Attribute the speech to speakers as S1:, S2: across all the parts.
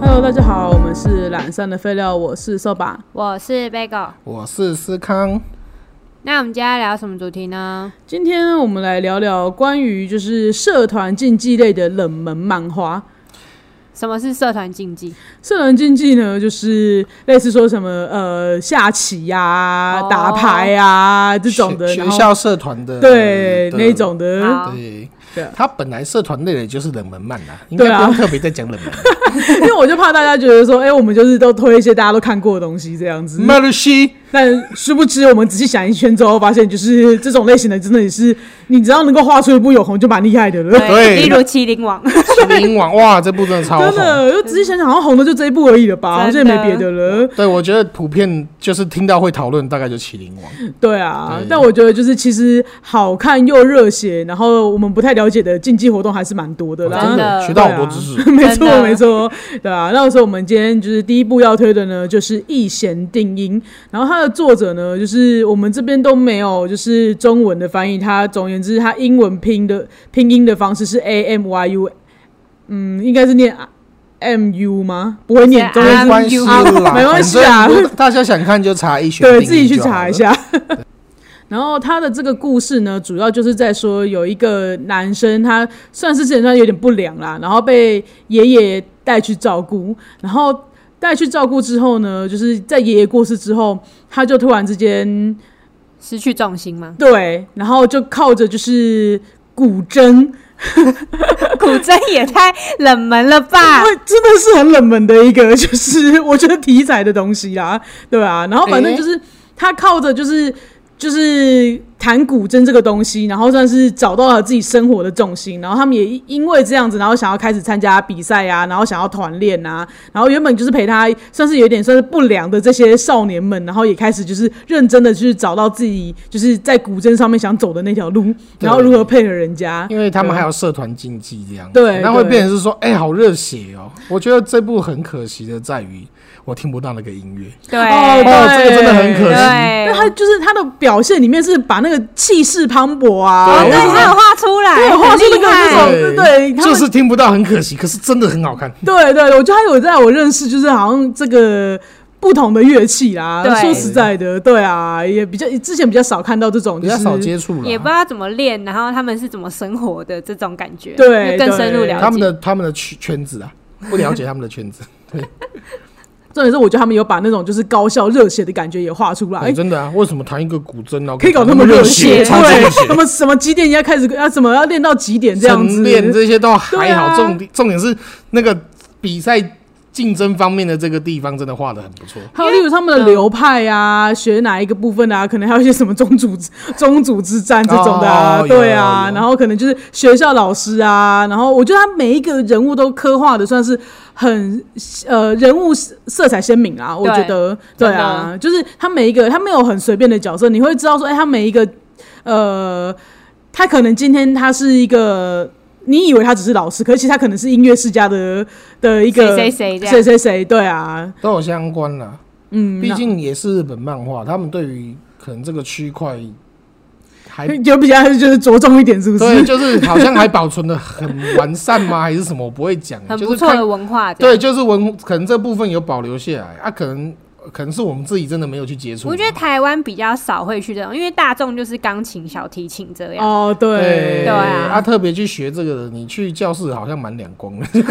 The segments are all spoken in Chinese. S1: Hello，大家好，我们是懒散的废料，我是扫把。
S2: 我是 Bagel。
S3: 我是思康，
S2: 那我们今天要聊什么主题呢？
S1: 今天呢我们来聊聊关于就是社团竞技类的冷门漫画。
S2: 什么是社团竞技？
S1: 社团竞技呢，就是类似说什么呃下棋呀、
S2: 哦
S1: 打牌啊这种的，
S3: 学
S1: 然
S3: 学
S1: 后
S3: 校社团的嗯
S1: 对
S3: 的
S1: 那种的，
S2: 好，
S3: 对
S1: 对，啊
S3: 他本来社团类的就是冷门漫啦，应
S1: 对
S3: 该
S1: 啊
S3: 不用特别再 讲冷门。
S1: 因为我就怕大家觉得说，哎、我们就是都推一些大家都看过的东西这样子。
S3: 马鲁西，
S1: 但殊不知，我们仔细想一圈之后，发现就是这种类型的，真的也是你只要能够画出一部有红就蛮厉害的了。
S3: 对
S2: 例如麒麟王，
S3: 麒麟王，哇，这部真的超
S1: 真
S3: 红。
S1: 的，就仔细想想，好像红的就这一部而已了吧，好像也
S2: 真的
S1: 没别的了。
S3: 对，我觉得普遍就是听到会讨论，大概就麒麟王。
S1: 对啊，
S3: 对
S1: 但我觉得就是其实好看又热血，然后我们不太了解的竞技活动还是蛮多的啦。啊
S3: 真
S2: 哦真的
S3: 的学到好多知 识。
S1: 没
S2: 真
S1: 错，
S2: 的
S1: 没错，对啊。那时候我们今天就是第一部要推的呢，就是《一弦定音》，然后它的作者呢，就是我们这边都没有就是中文的翻译，它总而言之，它英文拼的拼音的方式是 A M Y U，嗯，应该是念 M U 吗？不会念，
S2: 是
S1: 总而言
S3: 没
S1: 之
S2: 啊
S3: 关系啦，
S1: 没关系啊
S3: 反正如果大家想看就查一选，
S1: 对自己去查一。下。 然后他的这个故事呢，主要就是在说有一个男生，他算是之前算有点不良啦，然后被爷爷带去照顾，然后带去照顾之后呢，就是在爷爷过世之后，他就突然之间
S2: 失去重心吗？
S1: 对，然后就靠着就是古筝，
S2: 古筝也太冷门了吧
S1: 因？为真的是很冷门的一个， 就是我觉得题材的东西啦，对啊，然后反正就是、他靠着就是就是弹古筝这个东西，然后算是找到了自己生活的重心，然后他们也因为这样子，然后想要开始参加比赛啊，然后想要团练啊，然后原本就是陪他算是有点算是不良的这些少年们，然后也开始就是认真的去找到自己就是在古筝上面想走的那条路，然后如何配合人家，
S3: 因为他们还有社团竞技这样子，
S1: 对
S3: 那会
S1: 对
S3: 变成是说，哎，好热血哦！我觉得这部很可惜的在于，我听不到那个音乐。
S2: 对
S1: 哦
S3: 哦，这个真的很可惜。
S1: 那
S2: 对，啊
S1: 他就是他的表现里面是把那个气势磅礴啊，
S3: 对
S1: 然后就
S2: 对，
S1: 是
S2: 他有画出来，
S1: 对有画出那个
S2: 很厉害
S1: 那种对他们
S3: 就是听不到很可惜，可是真的很好看。
S1: 对对，我觉得他有在我认识，就是好像这个不同的乐器啦。
S2: 对
S1: 说实在的，对啊，也比较之前比较少看到这种，
S3: 比
S1: 就
S3: 较
S1: 是
S3: 少接触了，
S2: 也不知道怎么练，然后他们是怎么生活的这种感觉，
S1: 对
S2: 就更深入了解
S3: 他们的他们的圈圈子啊，不了解他们的圈子，
S1: 重点是我觉得他们有把那种就是高效热血的感觉也画出来
S3: 哎，。真的啊，为什么弹一个古筝呢？
S1: 可以搞那
S3: 那
S1: 么热
S3: 热
S1: 血，
S3: 超级热血
S1: 对，那，么什么几点要开始要怎么要练到几点这样子
S3: 晨？练这些都还
S1: 对啊
S3: 好，重点重点是那个比赛竞争方面的这个地方真的画的很不错。
S1: 还有例如他们的流派啊，
S2: 嗯
S1: 学哪一个部分啊，可能还有一些什么宗主宗主之战这种的啊，
S3: 哦有
S1: 对啊，
S3: 有
S1: 然后可能就是学校老师啊，然后我觉得他每一个人物都刻画的算是很呃人物色彩鲜明啊，我觉得对
S2: 真的
S1: 啊，就是他每一个他没有很随便的角色，你会知道说，哎、他每一个呃，他可能今天他是一个。你以为他只是老师，可是其实他可能是音乐世家的的一个
S2: 谁谁谁这样
S1: 谁谁谁，对啊，
S3: 都有相关啦。
S1: 嗯，
S3: 毕
S1: 那
S3: 竟也是日本漫画，他们对于可能这个区块还
S1: 有比较 就是着重一点，是不
S3: 对，
S1: 是？
S3: 就是好像还保存的很完善吗？ 还是什么？我不会讲，
S2: 很
S3: 就
S2: 不
S3: 是
S2: 错
S3: 看
S2: 的文化。
S3: 对，，就是文可能这部分有保留下来啊，可能可能是我们自己真的没有去接触嘛。
S2: 我觉得台湾比较少会去这种，因为大众就是钢琴、小提琴这样。
S1: 哦，对
S3: 对
S2: 对啊
S3: 特别去学这个的，你去教室好像蛮两光的，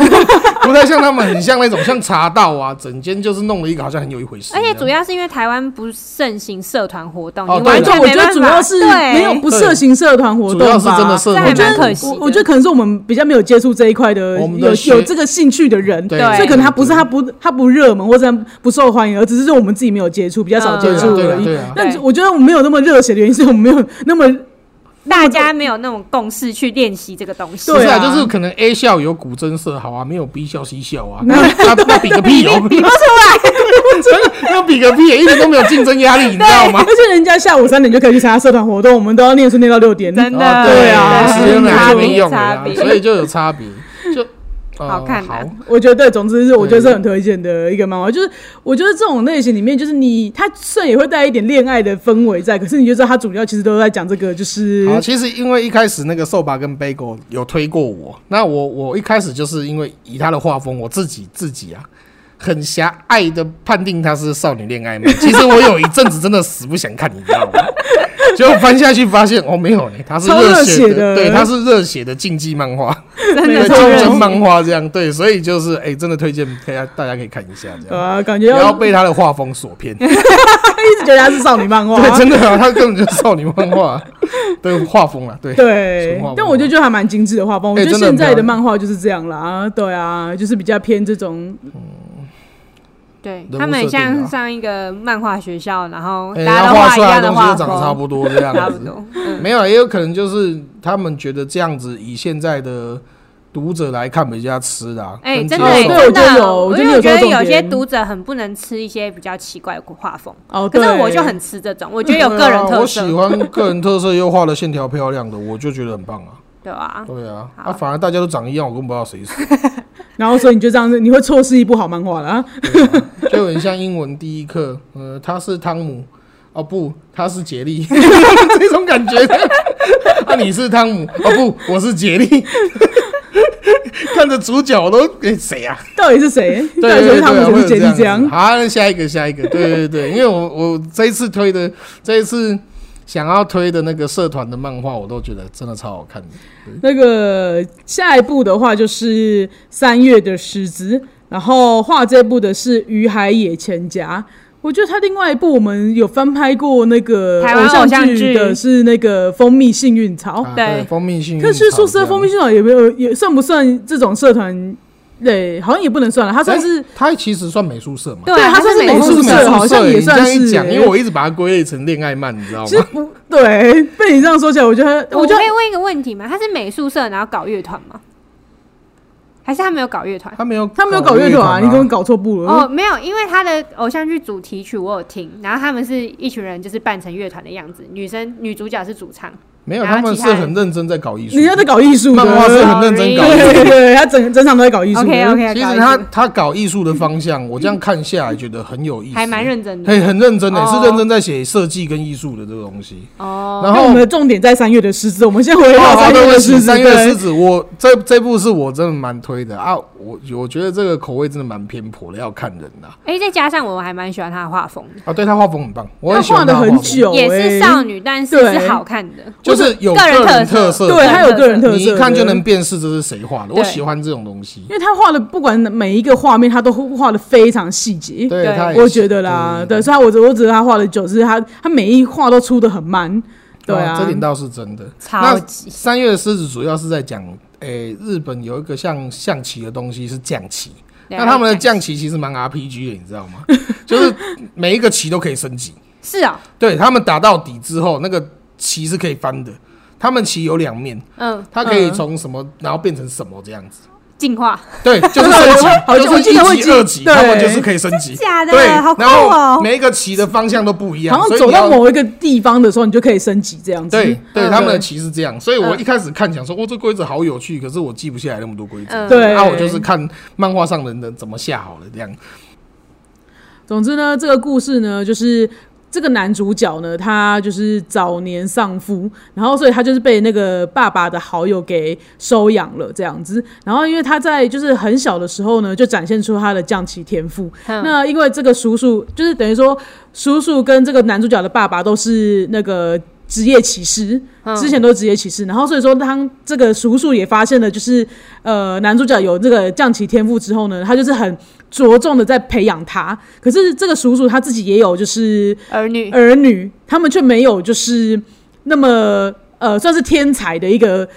S3: 不太像他们，很像那种像茶道啊，整间就是弄了一个好像很有一回事一
S2: 而
S3: 样。
S2: 且主要是因为台湾不盛行社团活动，
S3: 哦
S2: 你
S3: 对
S1: 完
S2: 完
S1: 全
S2: 全没
S1: 我
S2: 办
S1: 觉
S2: 法。
S1: 得主要是没有不涉行社团活动吧，
S3: 主要是真的社
S2: 这
S3: 团
S2: 还
S1: 我觉
S2: 蛮
S1: 得
S2: 可惜的
S1: 我我觉得可能是我们比较没有接触这一块的，
S3: 我们的
S1: 有
S3: 学
S1: 有这个兴趣的人，
S3: 对
S1: 所以可能他不是
S3: 对
S1: 他不他不热门或者他不受欢迎，而只是说我们自己没有接触，比较少接
S3: 对啊
S1: 触
S3: 对
S1: 而
S3: 啊
S1: 已。
S3: 对啊，
S1: 但
S2: 对
S1: 我觉得我们没有那么热血的原因，是我们没有那么
S2: 大家没有那种共识去练习这个东西。
S1: 对
S3: 不是啊，
S1: 啊
S3: 就是可能 A 校有古筝社好啊，没有 B 校 C 校啊，那那那比个 屁哦，比不 出来，那比个屁，一点都没有竞争压力，你知道吗
S1: 而？且人家下午三点就可以去参加社团活动，我们都要念书念到六点。
S2: 真的
S3: 哦
S1: 对
S3: 对
S1: 啊
S3: 时间还没用的
S2: 差
S3: 啊
S2: 别，
S3: 所以就有差别，就呃
S2: 好看啊
S3: 好。
S1: 我觉得对，总之是我觉得是
S3: 对
S1: 很推荐的一个漫画，就是我觉得这种类型里面，就是你它虽然也会带一点恋爱的氛围在，可是你就知道它主要其实都在讲这个，就是
S3: 好，其实因为一开始那个瘦吧跟 Bagel 有推过我，那我我一开始就是因为以他的画风，我自己自己啊，很狭隘的判定它是少女 恋爱漫。其实我有一阵子真的死不想看，你知道吗？结果翻下去发现哦，没有嘞，它是
S1: 超热
S3: 热
S1: 血
S3: 血
S1: 的
S3: 对，它是热血的竞技漫画，
S2: 真的
S3: 对，
S2: 是
S1: 超
S3: 竞
S1: 热
S2: 热
S1: 血
S3: 争漫画这样，对，所以就是哎、真的推荐大家大家可以看一下这
S1: 对
S3: 样，
S1: 啊，感觉
S3: 不要
S1: 要
S3: 被它的画风所 骗。
S1: 一直觉得它是少女漫画，
S3: 对，真的啊，他根本就是少女漫画，对画风啊，对，
S1: 对
S3: 神话，
S1: 但
S3: 漫
S1: 我就
S3: 画
S1: 觉得还蛮精致的画风。我
S3: 哎
S1: 觉得
S3: 真的
S1: 现
S3: 很漂
S1: 在的
S3: 亮
S1: 漫画就是这样啦，对啊，就是比较偏这种，
S2: 对
S3: 物
S2: 他们
S3: 设定啊
S2: 像上一个漫画学校，然后
S3: 哎
S2: 哦大家
S3: 他
S2: 都
S3: 画
S2: 画
S3: 出
S2: 一
S3: 来
S2: 样
S3: 的
S2: 的
S3: 东西
S2: 画
S3: 就长得差
S2: 风，
S3: 不多这
S2: 差
S3: 样
S2: 不
S3: 子，
S2: 多。嗯，
S3: 没有啊，也有可能就是他们觉得这样子，以现在的读者来看比较吃的、啊，
S2: 哎、
S3: 跟
S2: 真
S3: 接
S2: 的、
S3: 受
S2: 欸，
S1: 对我
S2: 真
S1: 觉得
S2: 的，
S1: 有我觉
S2: 因
S1: 得
S2: 为
S1: 有
S2: 我觉
S1: 这
S2: 得
S1: 个重
S2: 有些
S1: 点
S2: 读者很不能吃一些比较奇怪的画风，
S1: 哦，
S2: 可
S1: 对
S2: 是我就很吃这种，我觉得有
S3: 对
S2: 个人
S3: 啊
S2: 特
S3: 我喜
S2: 色，
S3: 欢个人特色又画的线条漂亮的，我就觉得很棒啊。
S2: 对啊，
S3: 对啊，
S2: 好
S3: 啊，反而大家都长一样，我根本不知道谁是。
S1: 然后所以你就这样子，你会错失一部好漫画啦。
S3: 对啊就很像英文第一课，呃，他是汤姆，哦不，他是杰利， 这种感觉。啊，你是汤姆，哦不，我是杰利。 看着主角我都诶谁啊呀？
S1: 到底是谁？
S3: 对
S1: 到底谁
S3: 对
S1: 是汤姆，
S3: 对，
S1: 谁
S3: 会
S1: 是杰利？
S3: 有
S1: 这
S3: 这
S1: 样
S3: 子好，那下一个，下一个，对对对，因为我我这一次推的， 这一次想要推的那个社团的漫画，我都觉得真的超好看的。
S1: 那个下一部的话就是三月的狮子，然后画这部的是于海野千佳。我觉得他另外一部我们有翻拍过那个
S2: 台湾偶像
S1: 剧
S2: 剧
S1: 的是那个《蜂蜜幸运草》
S3: 啊
S2: 对
S3: 对，蜂蜜幸运草这
S1: 可
S3: 样。
S1: 是宿舍蜂蜜幸运草也没有也算不算这种社团类？好像也不能算了，它算是、
S3: 诶它其实算美术社嘛。
S2: 对啊，
S1: 它
S2: 是
S1: 算是
S2: 美
S1: 美术
S2: 术
S1: 社
S2: 社，
S1: 好像也
S3: 你这样一
S1: 算是
S3: 讲，因为我一直把它归类成恋爱漫，你知道
S1: 其实
S3: 吗？
S1: 不对。被你这样说起来，我觉得
S2: 哦我
S1: 觉得
S2: 可以问一个问题吗？他是美术社，然后搞乐团吗？还是他没有搞乐团？
S3: 他没有，
S1: 他没有搞乐团啊，你根本
S3: 跟
S1: 搞错部了。
S2: 哦，没有，因为他的偶像剧主题曲我有听，然后他们是一群人，就是扮成乐团的样子，女生女主角是主唱，
S3: 没有，
S2: 然后
S3: 他们
S2: 其
S3: 是
S2: 他人
S3: 很认真在搞艺术。
S1: 人家在搞艺术的，
S3: 漫画是很认真搞
S1: 对
S3: 艺术。
S1: 对对，他整整场都在搞艺术的。
S2: OK OK，
S3: 其实他他搞艺术的方向，我这样看下来觉得很有意思，
S2: 还蛮认真的
S3: 很很认真的，
S2: 哦
S3: 是认真在写设计跟艺术的这个东西。
S2: 哦。
S3: 然
S1: 那
S3: 后
S1: 我们的重点在三月的狮子，我们先回到
S3: 哦
S1: 三月
S3: 对
S1: 的
S3: 不起
S1: 狮子。
S3: 三月的狮
S1: 子，
S3: 子，我这这部是我真的蛮推的啊，我我觉得这个口味真的蛮偏颇的，要看人呐。
S2: 哎、再加上我还蛮喜欢他的画风的，
S3: 啊，对他画风很棒，我
S1: 他
S3: 很喜欢
S1: 画的
S3: 他
S1: 很
S3: 风
S1: 久，
S2: 也是
S1: 欸
S2: 少女，但是
S1: 对
S2: 是好看的，
S3: 就是有
S2: 个人
S3: 人
S2: 特
S3: 色，
S1: 对，他有个人特色，
S3: 你一看就能。辨识这是谁画的。
S2: 对
S3: 我喜欢这种东西
S1: 因，为他画的不管每一个画面，他都画的非常细节。
S3: 对
S2: 对
S3: 他也是
S1: 我觉得啦，
S3: 对
S1: 对，虽然我只我只是他画的久，只是他他每一画都出的很慢，对
S3: 哦
S1: 啊
S3: 这，点倒是真的。
S2: 超级
S3: 那三月的狮子主要是在讲，诶、日本有一个像象棋的东西是将棋，
S2: 对
S3: 那他们的将棋其实蛮 RPG 的，你知道吗？ 就是每一个棋都可以升级，
S2: 是哦，
S3: 对他们打到底之后，那个棋是可以翻的。他们棋有两面，
S2: 嗯，
S3: 它可以
S1: 嗯
S3: 从什么，然后变成什么这样子。
S2: 进化，
S3: 对， 就是升
S1: 好
S3: 级，
S1: 像我记得
S3: 就是
S1: 会
S3: 一
S1: 记
S3: 级、二级，
S1: 对
S3: 他们就是可以升级。
S2: 假
S3: 对，然后
S2: 哦！
S3: 每一个棋的方向都不一样，
S1: 好
S3: 所
S1: 像走
S3: 以你
S1: 到
S3: 要
S1: 某一个地方的时候，你就可以升级这样子。
S3: 对对，
S1: 嗯
S3: 他们的棋是这样，所以我
S2: 嗯
S3: 一开始看想说，哦，这规则好有趣，可是我记不下来那么多规则。啊
S2: 嗯
S1: 对
S3: 那我就是看漫画上人的怎么下好了这样。
S1: 总之呢，这个故事呢，就是这个男主角呢，他就是早年丧夫，然后所以他就是被那个爸爸的好友给收养了这样子。然后因为他在就是很小的时候呢，就展现出他的降棋天赋。
S2: 嗯
S1: 那因为这个叔叔就是等于说，叔叔跟这个男主角的爸爸都是那个。职业棋师，
S2: 嗯
S1: 之前都是职业棋师，然后所以说，当这个叔叔也发现了，就是呃，男主角有这个降棋天赋之后呢，他就是很着重的在培养他。可是这个叔叔他自己也有就是
S2: 儿女，
S1: 儿女，他们却没有就是那么呃算是天才的一个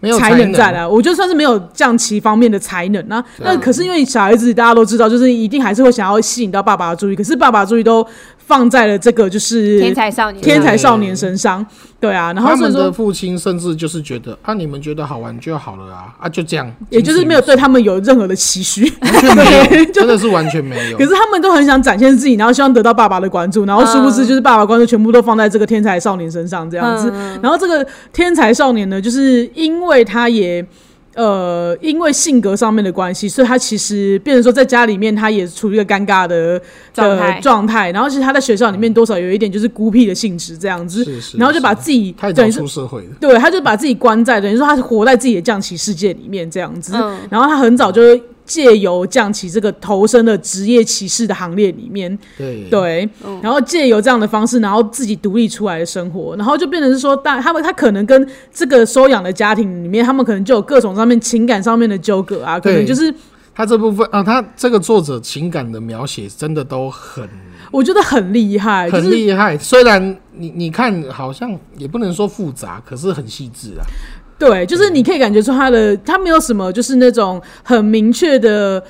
S3: 没有
S1: 才能
S3: 能
S1: 在啦、我觉得算是没有降棋方面的才能啊。
S3: 对
S1: 那可是因为小孩子大家都知道，就是一定还是会想要吸引到爸爸的注意，可是爸爸的注意都放在了这个就是
S2: 天才少年，
S1: 天才少年身上，对啊，然后
S3: 他
S1: 所以
S3: 们的
S1: 说。
S3: 父亲甚至就是觉得啊，你们觉得好玩就好了啊，啊就这样，
S1: 也就是没有对他们有任何的期许，
S3: 完全没 有，
S1: 就
S3: 真的是完全没有
S1: 可。是他们都很想展现自己，然后希望得到爸爸的关注，然后殊不知就是爸爸关注全部都放在这个天才少年身上这样子。
S3: 嗯
S1: 然后这个天才少年呢，就是因为他也。呃，因为性格上面的关系，所以他其实变成说，在家里面他也处于一个尴尬的
S2: 状态
S1: 的状态，然后其实他在学校里面多少有一点就是孤僻的性质这样子，
S3: 是是
S1: 然后就把
S3: 是
S1: 自己
S3: 太
S1: 等
S3: 早
S1: 于说
S3: 出社会了，
S1: 对，他就把自己关在，等于说他是活在自己的降棋世界里面这样子。
S2: 嗯
S1: 然后他很早就借由降旗这个投身的职业骑士的行列里面，
S3: 对
S1: 对，然后借由这样的方式，然后自己独立出来的生活，然后就变成是说，大他们他可能跟这个收养的家庭里面，他们可能就有各种上面情感上面的纠葛啊，可能
S3: 对
S1: 就是
S3: 他这部分啊，他这个作者情感的描写真的都很
S1: 我觉得很厉害，哎就
S3: 很
S1: 是
S3: 厉害，虽然你你看好像也不能说复杂，可是很细致啊。
S1: 对，就是你可以感觉出他的他没有什么就是那种很明确的。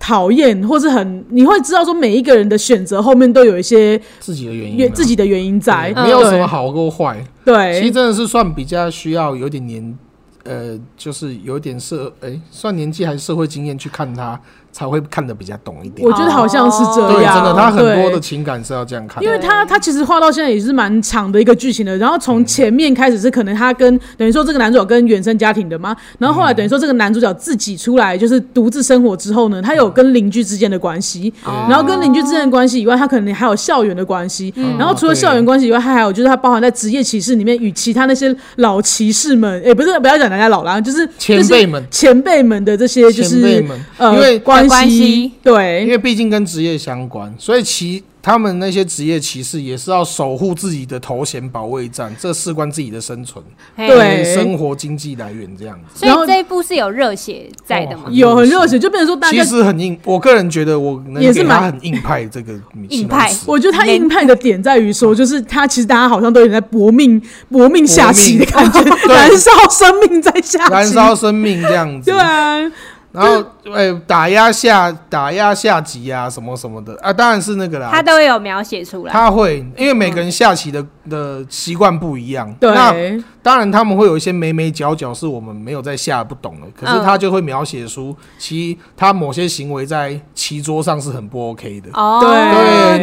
S1: 讨厌，或是很，你会知道说每一个人的选择后面都有一些
S3: 自己的原因
S1: 原
S3: 啊，
S1: 自己的原因在，
S3: 对没有
S1: 对
S3: 什么好或坏，其实
S1: 对，
S3: 真的是算比较需要有点年，呃，就是有点社，哎、算年纪还是社会经验去看他，才会看得比较懂一点
S1: 我。觉得啊好像是
S2: 哦
S1: 这
S3: 对，
S1: 样，
S3: 真的，他很多的
S1: 对
S3: 情感是要这样看
S1: 因
S3: 的。
S1: 为他他其实画到现在也是蛮长的一个剧情的，然后从前面开始是可能他跟等于说这个男主角跟原生家庭的嘛，然后后来等于说这个男主角自己出来就是独自生活之后呢，他有跟邻居之间的关系，
S3: 嗯
S1: 然后跟邻居之间的关系以外，他可能还有校园的关系，
S3: 嗯
S1: 然后除了校园关系以外，他还有就是他包含在职业歧视里面与其他那些老骑士们，哎，不是不要讲人家老啦，就是
S3: 前辈们
S1: 这些前辈们的这些就
S3: 前辈
S1: 是
S3: 们，
S1: 呃
S3: 因为
S1: 关
S2: 关系
S1: 对，
S3: 因为毕竟跟职业相关，所以其他们那些职业骑士也是要守护自己的头衔保卫战，这事关自己的生存、
S2: 嘿
S1: 对
S3: 生活、经济来源这样子。
S2: 所
S1: 然后
S2: 以这一部是有热血在的嘛
S3: 哇？
S1: 有很热血，就变成说大
S3: 其
S1: 家
S3: 实很硬，我个人觉得我能
S1: 也是
S3: 给他
S1: 蛮
S3: 很硬派这个
S2: 硬派
S3: 形容词
S1: 我觉得他硬派的点在于说，就是他其实大家好像都有点在搏命、搏命下棋的感觉，燃烧生命在下棋，
S3: 燃烧生命这样 子。
S1: 对啊，
S3: 然后，哎、打压下打压下级啊，什么什么的啊，当然是那个啦。
S2: 他都有描写出来。
S3: 他会，因为每个人下棋的的习惯不一样。那
S1: 对，
S3: 当然他们会有一些眉眉角角是我们没有在下不懂的，可是
S2: 嗯
S3: 他就会描写出，其他某些行为在棋桌上是很不 OK 的。
S2: 哦，
S1: 对
S3: 对，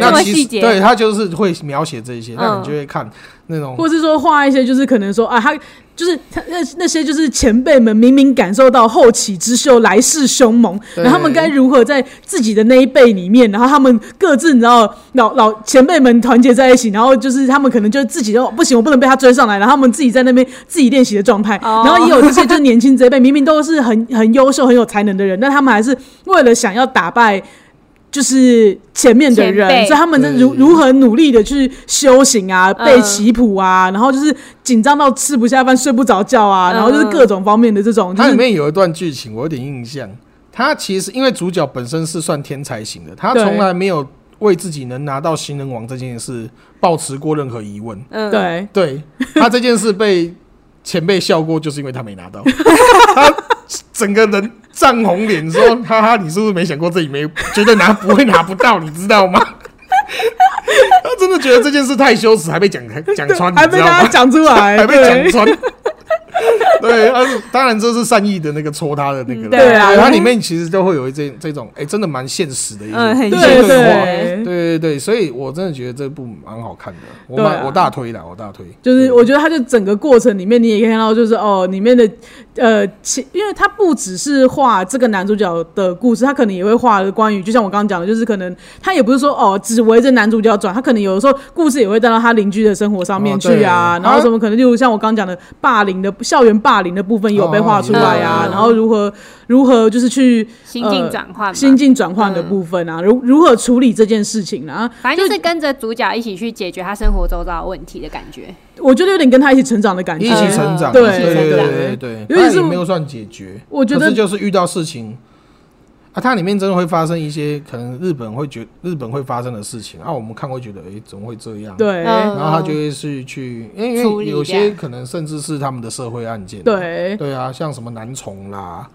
S2: 这
S3: 那
S2: 么
S3: 其
S2: 细
S3: 实
S2: 节，
S3: 对他就是会描写这些，那
S2: 嗯
S3: 你就会看那
S2: 哦
S3: 种
S1: 或是说画一些就是可能说啊，他就是他那那些就是前辈们明明感受到后起之秀来势汹猛，
S3: 对
S1: 然后他们该如何在自己的那一辈里面，然后他们各自你知道老老前辈们团结在一起，然后就是他们可能就自己就哦不行，我不能被他追上来，然后他们自己在那边自己练习的状态，
S2: 哦
S1: 然后也有这些就是年轻这一辈明明都是很很优秀很有才能的人，但他们还是为了想要打败。就是前面的人
S2: 前，辈
S1: 所以他们在如
S3: 对
S1: 如何努力的去修行啊，
S2: 嗯
S1: 背棋离谱啊，然后就是紧张到吃不下饭、睡不着觉啊，
S2: 嗯
S1: 然后就是各种方面的这种，就
S3: 哦它里
S1: 是
S3: 面有一段剧情，我有点印象。他其实因为主角本身是算天才型的，他
S1: 对
S3: 从来没有为自己能拿到新人王这件事抱持过任何疑问。
S2: 嗯，
S1: 对
S3: 对他这件事被前辈笑过，就是因为他没拿到， 他整个人涨红脸说：“哈哈，你是不是没想过自己没觉得拿不会拿不到，你知道吗？” 他真的觉得这件事太羞耻，还被讲讲穿，你
S1: 还
S3: 知
S1: 被
S3: 道吗
S1: 大家？讲出 来，
S3: 还被
S1: 对
S3: 讲穿。哎对，啊，当然这是善意的那个戳他的那个，
S2: 对
S1: 啊
S3: 它里面其实都会有一这这种，哎、真的蛮现实的一些，
S2: 嗯很
S3: 一
S1: 对
S3: 些
S2: 现实
S3: 对话
S1: 对
S3: 对对对，所以我真的觉得这部蛮好看的，我
S1: 对啊
S3: 蛮、我大推的，我大推，
S1: 就是我觉得它就整个过程里面，你也可以看到，就是哦，里面的呃，其因为它不只是画这个男主角的故事，他可能也会画关于，就像我刚刚讲的，就是可能他也不是说哦只围着男主角转，他可能有的时候故事也会带到他邻居的生活上面
S3: 哦
S1: 去啊，
S3: 对
S1: 然后什么可能就像我刚刚讲的霸凌的校园霸凌的部分也有被画出来啊，
S2: 哦嗯
S1: 然后如何如何就是去
S2: 心境转换嘛，
S1: 呃心境转换的部分
S3: 嗯
S1: 啊，如如何处理这件事情啊，
S2: 反正就是跟着主角一起去解决他生活周遭的问题的感觉。
S1: 我觉得有点跟他一起成长的感觉，
S3: 一起成长，
S1: 嗯对
S3: 对对
S1: 对
S3: 对对
S1: 尤其
S3: 对，
S1: 是
S3: 它也没有算解决，
S1: 我觉得
S3: 可是就是遇到事情。啊，它里面真的会发生一些可能日本会觉日本会发生的事情啊，我们看会觉得，哎、怎么会这样？
S1: 对。
S2: 嗯
S3: 然后他就会是去，因为因
S2: 处
S3: 为
S2: 理
S3: 有
S2: 这
S3: 些
S2: 样
S3: 可能甚至是他们的社会案件。
S1: 对，
S3: 对啊，像什么男宠 啦，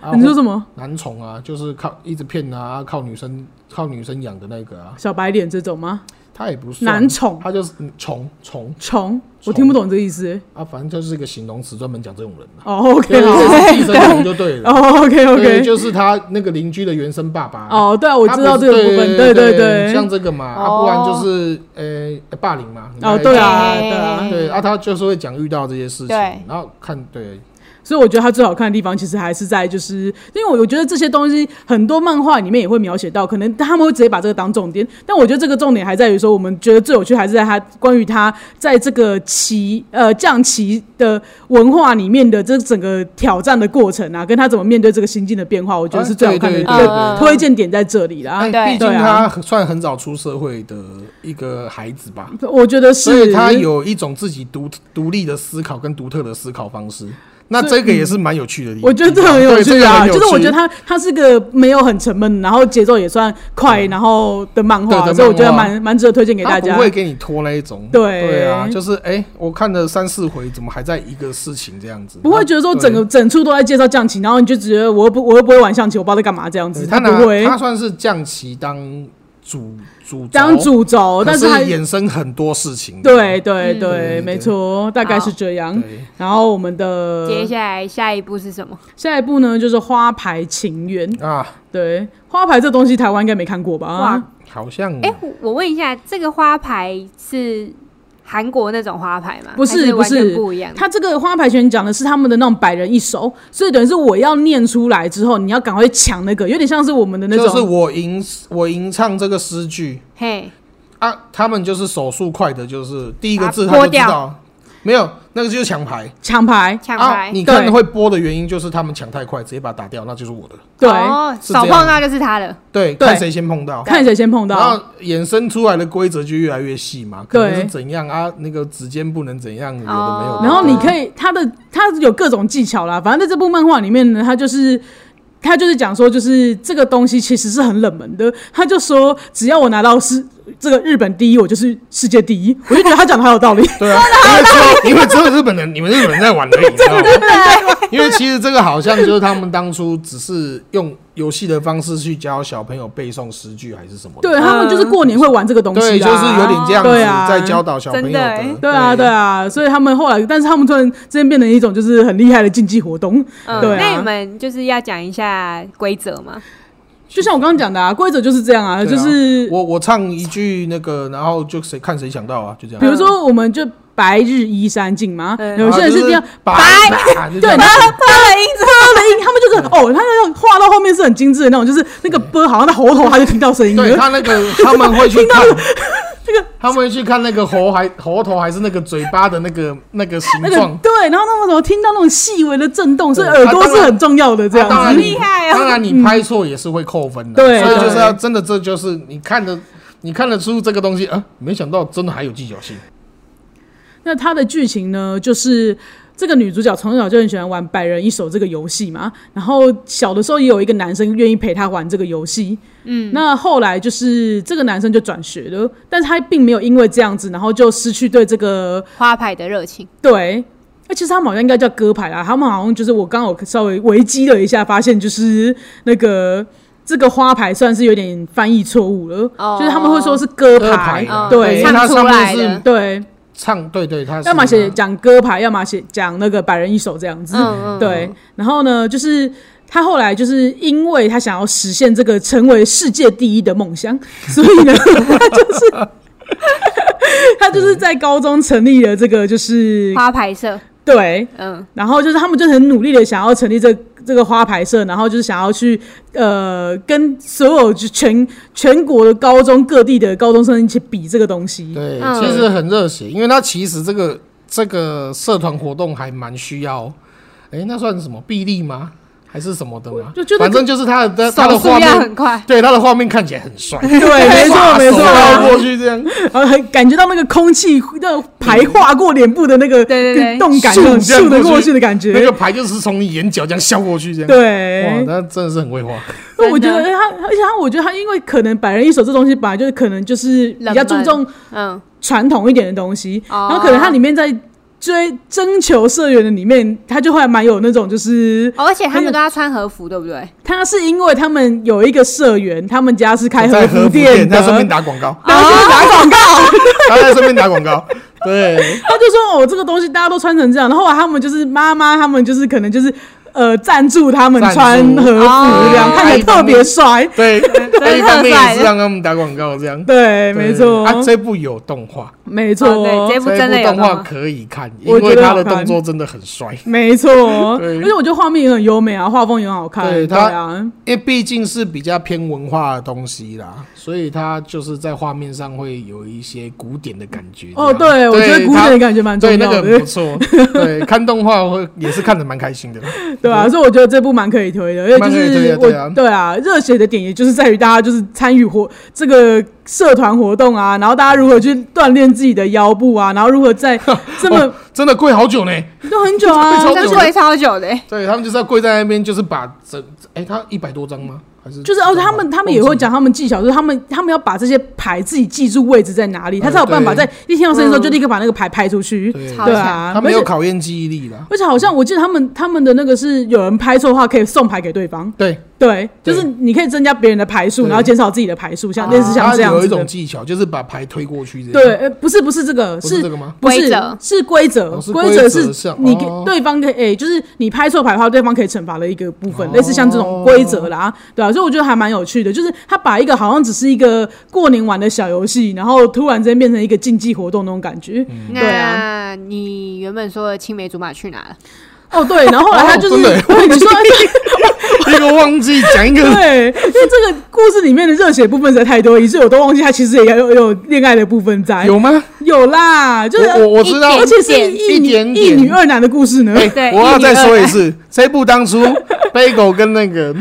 S3: 啊
S1: 你说什么？
S3: 男宠啊，就是靠一直骗啊，靠女生靠女生养的那个啊，
S1: 小白脸这种吗？
S3: 他也不算
S1: 男，宠
S3: 他就是嗯宠宠
S1: 虫，我
S3: 虫
S1: 听不懂这意思欸。
S3: 啊，反正就是一个形容词，专门讲这种人 啊。
S1: 哦，OK，
S3: 对，
S1: 好，
S3: 就是寄生虫就对了。
S1: 哦，OK
S3: 对，
S1: OK，
S3: 就是他那个邻居的原生爸爸。
S1: 哦，对啊，我
S3: 他
S1: 知
S3: 不
S1: 道
S3: 是
S1: 这个部分，对
S3: 对
S1: 对，
S3: 像这个嘛，啊，不然就是呃霸凌嘛。你
S1: 哦，
S3: 还
S1: 对啊，
S2: 嘿
S1: 对啊，
S3: 对啊，他就是会讲遇到这些事情，
S2: 对
S3: 然后看对，
S1: 所以我觉得它最好看的地方，其实还是在就是，因为我我觉得这些东西很多漫画里面也会描写到，可能他们会直接把这个当重点，但我觉得这个重点还在于说，我们觉得最有趣还是在它关于它在这个棋呃象棋的文化里面的这整个挑战的过程啊，跟他怎么面对这个心境的变化，我觉得是最好看的一
S3: 对
S1: 个、
S2: 对
S3: 对
S2: 对
S1: 推荐点在这里啦。
S3: 哎，
S2: 对
S3: 毕竟
S1: 嗯对
S3: 他
S1: 啊
S3: 算很早出社会的一个孩子吧，
S1: 我觉得
S3: 所以
S1: 是
S3: 他有一种自己独独立的思考跟独特的思考方式。那这个也是蛮有趣的地
S1: 嗯
S3: 方，
S1: 我觉得这很有
S3: 对这
S1: 趣
S3: 个
S1: 啊，
S3: 很有
S1: 就是我觉得
S3: 趣
S1: 他他是个没有很沉闷，然后节奏也算快，然后的漫
S3: 对
S1: 画，
S3: 的
S1: 所以我觉得
S3: 漫画
S1: 蛮蛮值得推荐给大
S3: 他
S1: 家
S3: 不。会给你拖那一种。
S1: 对
S3: 啊，就是哎、我看了三四回，怎么还在一个事情这样子？
S1: 不会觉得说整个整处都在介绍象棋，然后你就觉得我又不我又不会玩象棋，我不知道在干嘛这样
S3: 对
S1: 子。
S3: 对他
S1: 不会
S3: 拿他算是将棋当主主轴
S1: 当，主轴，
S3: 可
S1: 但
S3: 是
S1: 他
S3: 衍生很多事情。
S1: 对对
S2: 嗯
S1: 对，
S3: 对
S1: 没
S3: 对
S1: 错，大概是这样。
S3: 对，
S1: 然后我们的
S2: 接下来下一步是什么？
S1: 下一步呢，就是花牌情缘。
S3: 啊，
S1: 对，花牌这东西台湾应该没看过吧
S2: 哇？
S3: 好像
S2: 哎、我我问一下，这个花牌是韩国那种花牌吗？
S1: 不是
S2: 还是，
S1: 不
S2: 完
S1: 是
S2: 全不一样的。
S1: 他这个花牌拳讲的是他们的那种百人一手，所以等于是我要念出来之后，你要赶快抢那个，有点像是我们的那
S3: 就是
S1: 种。
S3: 我吟我吟唱这个诗句
S2: 嘿，
S3: 啊，他们就是手速快的，就是第一个字
S2: 把
S3: 他
S2: 它
S3: 就
S2: 拨
S3: 知
S2: 掉
S3: 道，没有那个就是抢牌。
S1: 抢牌，
S2: 抢牌、
S3: 啊、你看
S1: 对
S3: 会播的原因就是他们抢太快，直接把它打掉，那就是我的。
S1: 对，
S2: 哦，
S3: 是这样
S2: 手碰到就是他了。
S3: 对，
S1: 对
S3: 看谁先碰到，
S1: 看谁先碰
S3: 然
S1: 到。
S3: 后衍生出来的规则就越来越细嘛，可
S1: 对
S3: 能是怎样啊，那个指尖不能怎样，有的没有
S2: 哦
S3: 的。
S1: 然后你
S3: 对
S1: 可以，他的他有各种技巧啦。反正在这部漫画里面呢，他就是他就是讲说，就是这个东西其实是很冷门的。他就说，只要我拿到是这个日本第一，我就是世界第一。我就觉得他讲的好有 道理。
S3: 对啊，因为只有因为只有日本人，你们日本人在玩而已，你知 道
S1: 啊
S3: 吗？因为其实这个好像就是他们当初只是用游戏的方式去教小朋友背诵诗句还是什么的。
S1: 对他们就是过年会玩这个东西啦，
S3: 对，就是有点这样
S1: 对啊
S3: 子在教导小朋友
S2: 真的欸
S3: 的。
S1: 对啊，对啊，所以他们后来，但是他们突然之间变成一种就是很厉害的竞技活动，
S2: 嗯，
S1: 对啊
S2: 那你们就是要讲一下规则吗？
S1: 就像我刚刚讲的啊，规则就是这样啊，
S3: 对
S1: 就
S3: 啊
S1: 是
S3: 我我唱一句那个，然后就谁看谁想到啊，就这样啊
S1: 比。如说我们就白日依山尽嘛，
S2: 嗯
S1: 有些人是这样。
S3: 白
S1: 对，然后他的音，他的音，他们就是哦，他那个画到后面是很精致的那种，就是那个 波好像在喉头他就听到声音
S3: 对
S1: 了，
S3: 他那个他们 会去看他们会去看那个喉还喉头还是那个嘴巴的那个那个形
S1: 那个
S3: 状。
S1: 对，然后那种听到那种细微的震动，所以
S3: 对
S1: 耳朵
S3: 啊当
S1: 是
S3: 然
S1: 很重要 的这样
S3: 当然
S1: 子。
S3: 你
S2: 害哦
S3: 当然你拍错也是会扣分的，
S1: 对
S3: 所以就是
S1: 对
S3: 要真的这就是你看的。你看得出这个东西啊？没想到真的还有技巧性，
S1: 那它的剧情呢，就是这个女主角从小就很喜欢玩百人一手这个游戏嘛，然后小的时候也有一个男生愿意陪她玩这个游戏，嗯，那后来就是这个男生就转学了，但是他并没有因为这样子，然后就失去对这个
S2: 花牌的热情，
S1: 对。那其实他们好像应该叫歌牌啦，他们好像就是我刚好稍微维基了一下，发现就是那个这个花牌算是有点翻译错误了，
S2: 哦
S1: 就是他们会说是歌
S3: 歌牌
S2: 嗯
S1: 对
S3: 因为
S2: 唱
S3: 它
S2: 出
S3: 上
S2: 来
S3: 面
S2: 的
S3: 是
S1: 对，
S3: 唱，对对，它是嗯
S1: 要么写讲歌牌，要么写讲那个百人一首这样子。
S2: 嗯嗯，
S1: 对，然后呢，就是他后来就是因为他想要实现这个成为世界第一的梦想，所以呢，他就是。他就是在高中成立了这个，就是
S2: 花牌社，
S1: 对，
S2: 嗯，
S1: 然后就是他们就很努力的想要成立这这个花牌社，然后就是想要去呃跟所有就全全国的高中各地的高中生一起比这个东西，
S3: 对，
S2: 嗯
S3: 其实很热血，因为它其实这个这个社团活动还蛮需要，哎，那算什么臂力吗？还是什么的吗？
S1: 就觉得
S3: 反正就是它的它
S2: 手
S3: 的
S2: 速要
S3: 画面，
S2: 很快，
S3: 对它的画面看起来很帅，
S1: 对，没错
S3: 哇
S1: 没
S3: 手
S1: 错，
S3: 绕过去这样，
S1: 然后还感觉到那个空气那种排划过脸部的那个
S2: 对对对
S1: 动感，
S3: 竖
S1: 那种
S3: 这样
S1: 竖的
S3: 过
S1: 过
S3: 去
S1: 去的感
S3: 那
S1: 觉
S3: 个。牌就是从你眼角这样削过去这样，哇，
S1: 对，
S3: 那真的是很会画。
S1: 那我觉得哎
S2: 真的
S1: 他，而且他，我觉得他，因为可能百人一首这东西本来就是可能就是比较
S2: 冷
S1: 注
S2: 门
S1: 重
S2: 嗯，
S1: 传统一点的东西，
S2: 哦
S1: 然后可能它里面在追征求社员的里面，他就会蛮有那种就是，
S2: 哦而且他们都要穿和服，对不对？
S1: 他是因为他们有一个社员，他们家是开
S3: 在
S1: 服
S3: 店，
S1: 的，
S3: 他顺便打哦广告，
S1: 然后就打广告，
S3: 他在顺便打广告，对，
S1: 他就说哦，这个东西大家都穿成这样，然后后来他们就是妈妈，他们就是可能就是呃赞助他们
S3: 赞助
S1: 穿和服这样，
S2: 哦
S1: 看起来特别帅。
S3: 对，那一方面也是
S2: 的。
S3: 让他们打广告这样。
S1: 对，没错，
S3: 啊，这部有动画，
S1: 没
S2: 哦
S1: 错，
S2: 对，这部
S3: 这
S2: 真的
S3: 部
S2: 有
S3: 动画
S2: 吗
S3: 可以看，因
S1: 我觉
S3: 为
S1: 得
S3: 他
S1: 好
S3: 的
S1: 看
S3: 动作真的很帅。
S1: 没错，
S3: 对
S1: 而且我觉得画面也很优美啊，画风也很好看，对
S3: 对它
S1: 啊，
S3: 因为毕竟是比较偏文化的东西啦，所以它就是在画面上会有一些古典的感觉。
S1: 哦，
S3: 这样
S1: 对，我觉得古典的感觉
S3: 它
S1: 蛮重
S3: 对
S1: 要
S3: 啊那
S1: 的，
S3: 个很不错。对，看动画会也是看得蛮开心的啦。
S1: 对啊，所以我觉得这部蛮可以推的，因为就
S3: 蛮可以推
S1: 是
S3: 的对啊
S1: 我对啊，热血的点也就是在于大家就是参与活这个社团活动啊，然后大家如何去锻炼自己的腰部啊，然后如何在这么
S3: 哦真的跪好久呢。
S1: 都很久啊
S3: 这
S1: 但
S3: 超，
S2: 但
S1: 是
S2: 是
S3: 久的
S2: 会超久的欸，
S3: 对他们就是要跪在那边，就是把整哎，他一百多张吗？还是
S1: 就是哦，他
S3: 啊
S1: 们他们也会讲他们技巧，就是他们他们要把这些牌自己记住位置在哪里，他才有办法
S3: 嗯对嗯
S1: 在一听到声音的时候就立刻把那个牌拍出去，
S3: 对
S2: 好
S1: 对
S2: 强
S1: 啊，
S3: 他没
S1: 而
S3: 有
S1: 且
S3: 考验记忆力啦。
S1: 而且好像我记得他们他们的那个是有人拍错的话可以送牌给对方，
S3: 对，
S1: 对，
S3: 对
S1: 就是你可以增加别人的牌数，
S3: 对啊
S1: 然后减少自己的牌数，像
S2: 哦
S1: 类似像
S3: 他
S1: 这样
S3: 有
S1: 子
S3: 一种
S1: 的。
S3: 技巧，就是把牌推过去这样。
S1: 对，呃，不是不是这个，
S3: 不是
S1: 是
S3: 这个吗？
S1: 不
S2: 规
S1: 是
S2: 则
S1: 是规则
S3: 哦是，
S1: 规
S3: 规则
S1: 是
S3: 上
S1: 你给
S3: 哦
S1: 对方可以，诶就是你拍错牌的话，对方可以惩罚的一个部分
S3: 哦，
S1: 类似像这种规则啦，对啊，所以我觉得还蛮有趣的，就是他把一个好像只是一个过年玩的小游戏，然后突然之间变成一个竞技活动那种感觉。
S3: 嗯
S1: 对
S2: 那你原本说的青梅竹马去哪了？
S1: 哦，对，然后后来他就是
S3: 哦真的耶
S1: 对你说。
S3: 一个哎忘记讲一个，
S1: 对，因为这个故事里面的热血部分实在太多，以至于我都忘记他其实也有有恋爱的部分在。
S3: 有吗？
S1: 有啦，就是
S3: 我我我知道
S1: 而且是啊一
S3: 一
S1: 女
S3: 点
S1: 一
S3: 点
S1: 女二男的故事呢，
S2: 对
S3: 我要再说
S2: 一
S3: 一
S2: 女
S3: 次，这部当初贝狗跟那个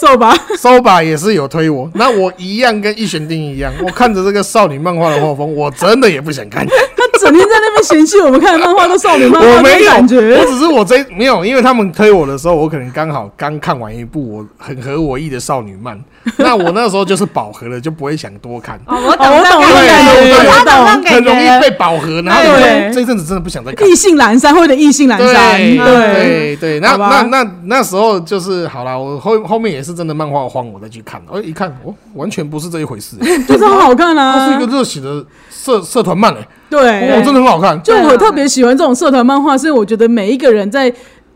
S1: 瘦吧？
S3: s 把也是有推我，那我一样跟一玄定一样，我看着这个少女漫画的画风，我真的也不想看，
S1: 他整天在那边嫌弃我们看的漫画都少女漫
S3: 我
S1: 画，
S3: 没有，
S1: 感
S3: 我
S1: 觉。
S3: 只是我这没有，因为他们推我的时候，我可能刚好刚看完一部我很合我意的少女漫，那我那时候就是饱和了，就不会想多看。
S2: 哦，我懂
S1: 哦我
S2: 这种
S1: 懂
S2: 感
S1: 了
S2: 觉，
S3: 对
S2: 我
S1: 我懂
S2: 懂这种
S3: 很
S2: 感
S3: 容易
S2: 觉。
S3: 被饱和，然后你
S1: 对
S3: 就这一阵子真的不想再看。
S1: 异性阑珊或者异性阑珊，
S3: 对
S1: 对，
S3: 对对，那
S1: 好吧
S3: 那那那时候就是好啦，我后后面也是真的漫画荒，我再去看，我一看，我完全不是这一回事、欸，
S1: 就是很好看
S3: 它是一个
S1: 啊。
S3: 热血的社社团漫、欸，
S1: 对，
S3: 我真的很好看。
S1: 就我特别喜欢这种社团漫画，是因为我觉得每一个人在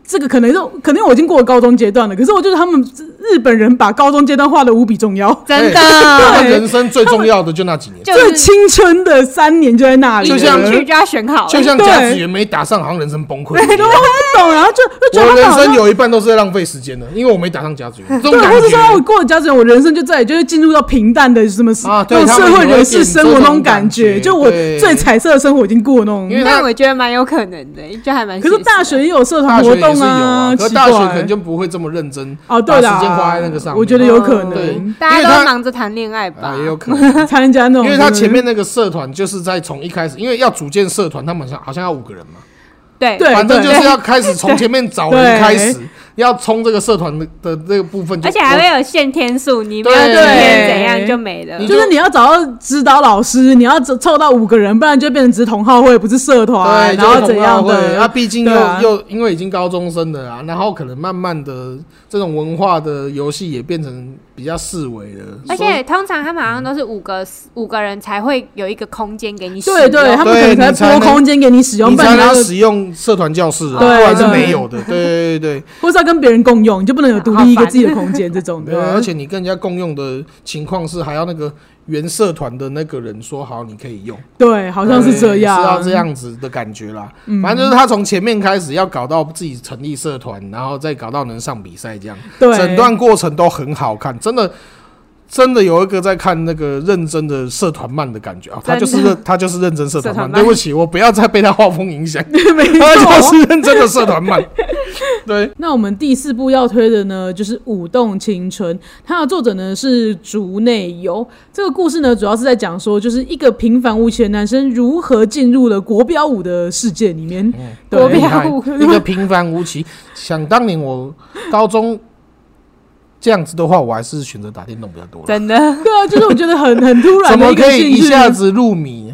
S1: 这个可能就可能我已经过了高中阶段了，可是我觉得他们日本人把高中阶段画的无比重要，
S2: 真
S3: 他
S2: 的，
S3: 们人生最重要的就那几年，
S2: 就是
S1: 最青春的三年就在那里了，
S3: 就像
S2: 去就要选好了，
S3: 就像
S1: 对
S3: 甲子园没打上，好像人生崩溃一
S1: 哦对，都
S3: 样。
S1: 不懂，然后就就觉得
S3: 我
S1: 他们
S3: 人
S1: 好像
S3: 生有一半都是在浪费时间的，因为我没打上甲子园，这种
S1: 对，
S3: 感
S1: 或者说我
S3: 觉。
S1: 过了家之后，我人生就再也就会进入到平淡的什么
S3: 啊
S1: 那
S3: 对
S1: 种社会人士生活那
S3: 他们有一点这种
S1: 种
S3: 感
S1: 感
S3: 觉
S1: 觉，就我
S3: 对
S1: 最彩色的生活已经过那种
S3: 因。为他
S2: 但我觉得蛮有可能的，就还蛮写
S1: 可
S2: 实的。
S1: 是大学也有社
S3: 大
S1: 团
S3: 学
S1: 活
S3: 也是
S1: 动
S3: 有啊，可
S1: 奇
S3: 是
S1: 怪
S3: 大学可能就不会这么认真
S1: 哦，对
S3: 把
S1: 啦，
S3: 时间花在那个上面。
S1: 我觉得有可
S3: 对
S1: 能，
S2: 大
S3: 因为
S2: 家
S3: 他
S2: 都忙着谈恋爱吧
S1: 哎
S3: 啊，，也有可能。
S1: 参加那种，
S3: 因为他前面那个社团就是在从一开始，因为要组建社团，他们好像好像要五个人嘛，
S2: 对
S1: 对
S3: 反正就是要开始从前面找人
S1: 对
S3: 开始，要冲这个社团的的这个部分就，
S2: 而且还会有限天数，你没有
S3: 对
S2: 今天怎样就没了
S3: 你。
S1: 就是你要找到指导老师，你要凑凑到五个人，不然就变成只是同好会，不是社团，
S3: 对，
S1: 然后怎样
S3: 的？那
S1: 的？
S3: 毕竟又、
S1: 对啊
S3: 又因为已经高中生了啊，然后可能慢慢的这种文化的游戏也变成比较视为了，
S2: 而
S3: 所以
S2: 且通常他们好像都是五个五个人才会有一个空间给你使
S1: 对
S2: 用，
S1: 对，他们可能才
S3: 对你才能
S1: 拨空间给你使用，
S3: 你
S1: 不然
S3: 才
S1: 你要
S3: 能使用社团教室啊，不
S1: 对
S3: 然是
S1: 对啊
S3: 没有的。对对对
S1: 或是要跟别人共用，你就不能有独立一个自己的空间这种
S3: 对，对啊
S1: 的
S3: 而。且你跟人家共用的情况是还要那个原社团的那个人说好你可以用。
S1: 对，好像是这样，
S3: 哎
S1: 嗯
S3: 对是要这样子的感觉啦。反正就是他从前面开始要搞到自己成立社团，然后再搞到能上比赛，这样
S1: 对，
S3: 整段过程都很好看，真的。真的有一个在看那个认真的社团漫的感觉啊，他就是
S2: 真的
S3: 认他就是认真社团
S2: 社团
S3: 漫。
S2: 漫
S3: 对不起，我不要再被他画风影响，
S1: 没
S3: 他就
S1: 错。
S3: 是认真的社团漫。对，
S1: 那我们第四部要推的呢，就是《舞动青春》，它的作者呢是竹内由。这个故事呢，主要是在讲说，就是一个平凡无奇的男生如何进入了国标舞的世界里面。对
S2: 国
S3: 厉
S2: 标
S3: 害
S2: 舞
S3: 一个平凡无奇。想当年我高中这样子的话，我还是选择打电动比较多啦。
S2: 真的。
S1: 对啊，就是我觉得很很突然
S3: 怎
S1: 的
S3: 么
S1: 一个
S3: 可以
S1: 兴
S3: 一
S1: 趣。
S3: 下子入迷？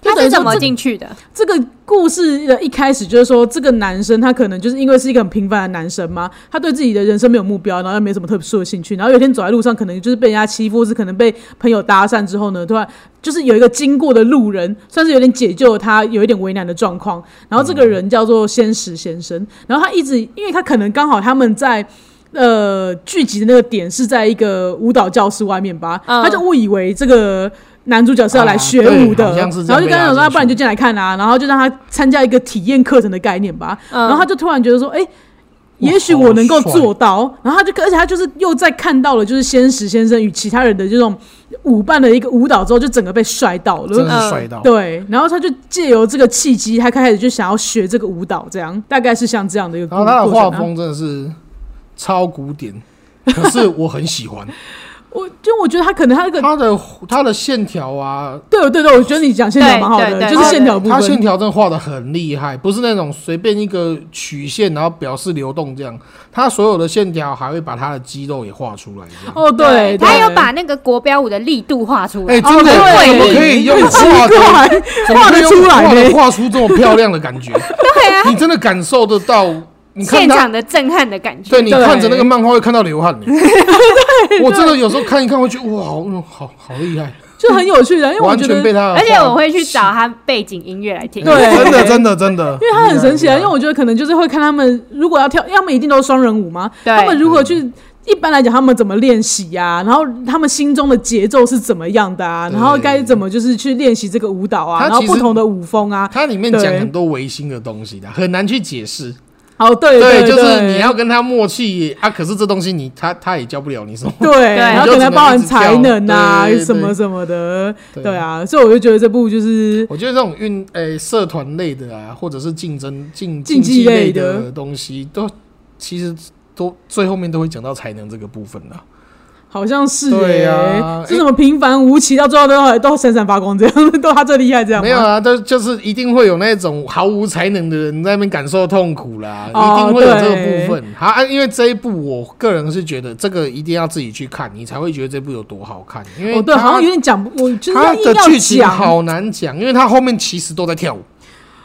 S1: 就
S2: 他
S1: 等于
S2: 是怎
S1: 说
S2: 么
S1: 这
S2: 进去的？
S1: 这个故事的一开始就是说，这个男生他可能就是因为是一个很平凡的男生嘛，他对自己的人生没有目标，然后又没什么特殊的兴趣，然后有一天走在路上，可能就是被人家欺负，或是可能被朋友搭讪之后呢，突然就是有一个经过的路人，算是有点解救了他有一点为难的状况。然后这个人叫做仙石先生，然后他一直因为他可能刚好他们在。呃聚集的那个点是在一个舞蹈教室外面吧，
S2: 嗯
S1: 他就误以为这个。男主角是要来学舞的，
S3: 啊对好像是这样
S1: 然后就跟他讲说，
S3: 被拉进去
S1: 啊不然你就进来看啊，然后就让他参加一个体验课程的概念吧。
S2: 嗯
S1: 然后他就突然觉得说，哎、也许我能够
S3: 好
S1: 做到。然后他就，而且他就是又在看到了，就是仙石先生与其他人的这种舞伴的一个舞蹈之后，就整个被摔倒
S3: 真
S1: 了。
S3: 的是帅到。
S1: 对，然后他就借由这个契机，他开始就想要学这个舞蹈，这样大概是像这样的一个故。
S3: 然后他的
S1: 过程啊
S3: 画风真的是超古典，可是我很喜欢
S1: 我就我觉得他可能他那个，
S3: 他的他的线条啊，
S1: 对对对，我觉得你讲线条蛮好
S2: 对
S1: 的，
S2: 对对
S1: 就是线条部
S3: 他线
S1: 分。
S3: 条真的画的很厉害，不是那种随便一个曲线然后表示流动这样，他所有的线条还会把他的肌肉也画出来这样。
S1: 哦，对，
S2: 他
S1: 对
S2: 有把那个国标舞的力度画出来。
S3: 哎、真的、
S1: 对
S3: 怎么可以用
S1: 奇
S3: 画的
S1: 怪
S3: 怎么
S1: 画
S3: 可以
S1: 得
S3: 用
S1: 出来
S3: 画
S1: 呢
S3: 的画出这么漂亮的感 觉？
S2: 对啊，
S3: 你真的感受得到？你看
S2: 现
S3: 他，
S2: 场的震撼的感觉。
S3: 对你看着那个漫画会看到流 汗呢。
S1: 啊
S3: 我真的有时候看一看，会觉得哇，嗯好好厉害，
S1: 就很有趣的，因为我
S3: 完
S1: 觉
S3: 全
S1: 得
S3: 被他的画。
S2: 而且我会去找他背景音乐来听。
S1: 对
S3: 真的真的真的，
S1: 因为他很神奇啊，因为
S3: 为
S1: 我觉得可能就是会看他们如果要跳，因为他们一定都是双人舞嘛，
S2: 对
S1: 他们如何
S3: 嗯
S1: 去。一般来讲，他们怎么练习呀？然后他们心中的节奏是怎么样的啊？
S3: 对
S1: 然后该怎么就是去练习这个舞蹈啊？
S3: 他
S1: 然后
S3: 其实
S1: 不同的舞风啊。
S3: 它里面讲
S1: 对
S3: 很多违心的东西的，很难去解释。
S1: 哦，对对，
S3: 就是你要跟他默契啊，可是这东西你他他也教不了 你什么。
S1: 对，然后可
S3: 你就只
S1: 能
S3: 能
S1: 包含
S3: 一直跳
S1: 才能啊
S3: 对对对
S1: 什么什么的，
S3: 对
S1: 对啊，所以我就觉得这部就是
S3: 我觉得这种运诶、社团类的啊，或者是竞争竞
S1: 竞技
S3: 技
S1: 类的
S3: 的东西，都其实都最后面都会讲到才能这个部分啊的。
S1: 好像是
S3: 对
S1: 哎
S3: 啊，
S1: 是什么平凡无奇，到最后都都闪闪发光这样， 都他最厉害这样吗？
S3: 没有啊，但就是一定会有那种毫无才能的人在那边感受痛苦啦，
S1: 哦
S3: 一定会有这个
S1: 对
S3: 部分。好、啊，因为这一部我个人是觉得这个一定要自己去看，你才会觉得这部有多好看。因为
S1: 哦，对，
S3: 它
S1: 好像有点讲不，我就是要
S3: 它的
S1: 硬要
S3: 剧情
S1: 讲，哦
S3: 好难讲，因为它后面其实都在跳舞，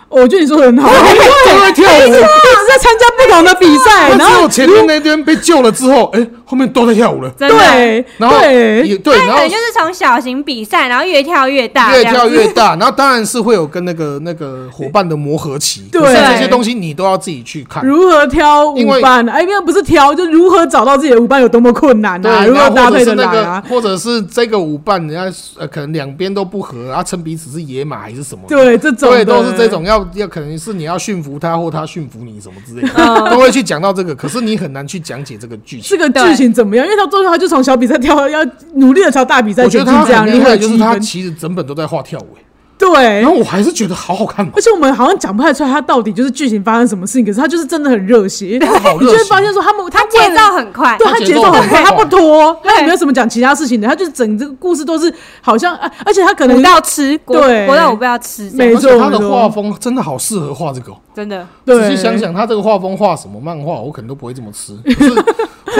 S1: 我觉得你说的 很好，因为
S3: 都在跳
S1: 一直
S3: 舞。
S1: 在参加不同的比赛，
S3: 那
S1: 然
S3: 啊只有
S1: 后
S3: 前面那边被救了之后，哎、后面都在跳舞了。
S2: 真的。
S1: 对，
S3: 然后
S1: 对
S3: 也对，
S2: 他
S3: 然
S2: 可
S3: 后
S2: 能哎就是从小型比赛，然后越跳越大，这
S3: 越
S2: 样
S3: 跳
S2: 子
S3: 越大，然后当然是会有跟那个那个伙伴的磨合期，
S1: 对
S3: 可是这些东西你都要自己去看。
S1: 如何挑舞
S3: 因为
S1: 伴？哎，因为不是挑，就如何找到自己的舞伴有多么困难
S3: 对，
S1: 啊？如何
S3: 然后
S1: 搭
S3: 或者
S1: 配
S3: 是
S1: 的
S3: 那
S1: 来
S3: 个，
S1: 啊？
S3: 或者是这个舞伴，人家呃可能两边都不合，啊，称彼此是野马还是什么的？
S1: 对，这种
S3: 对，
S1: 的
S3: 都是这种要要，可能是你要驯服他，或他驯服你什么之类
S2: 嗯
S3: 的，都会去讲到这个。可是你很难去讲解这个剧
S1: 这
S3: 情。
S1: 个剧情怎么样？因为到最后他就从小比赛跳， 要努力的朝大比赛
S3: 我觉
S1: 前
S3: 得
S1: 进，
S3: 他
S1: 这样
S3: 很
S1: 你
S3: 厉
S1: 会有
S3: 害，就是
S1: 积
S3: 他
S1: 分。
S3: 其实整本都在画跳舞，欸
S1: 对
S3: 然，后我还是觉得好好看哦。
S1: 而且我们好像讲不太出来他到底就是剧情发生什么事情，可是他就是真的很热血，
S3: 好热血
S1: 你就会发现说他们他
S2: 他
S1: 为
S2: 节
S1: 了
S2: 奏很快，
S1: 对他
S3: 他
S1: 节
S3: 节奏
S1: 奏很
S3: 很
S1: 快，
S3: 快
S1: 他不拖，他也
S2: 对
S1: 没有什么讲其他事情的，他就是整这个故事都是好像，啊而且他可能
S2: 舞到吃，国
S1: 对
S2: 国到舞不要吃，这样
S1: 没
S3: 而
S1: 错
S3: 且他
S1: 没
S3: 的
S1: 错
S3: 画风真的好适合画这个哦、
S2: 真的
S1: 对，
S3: 仔细想，想，他这个画风画什么漫画，我可能都不会这 么吃。可是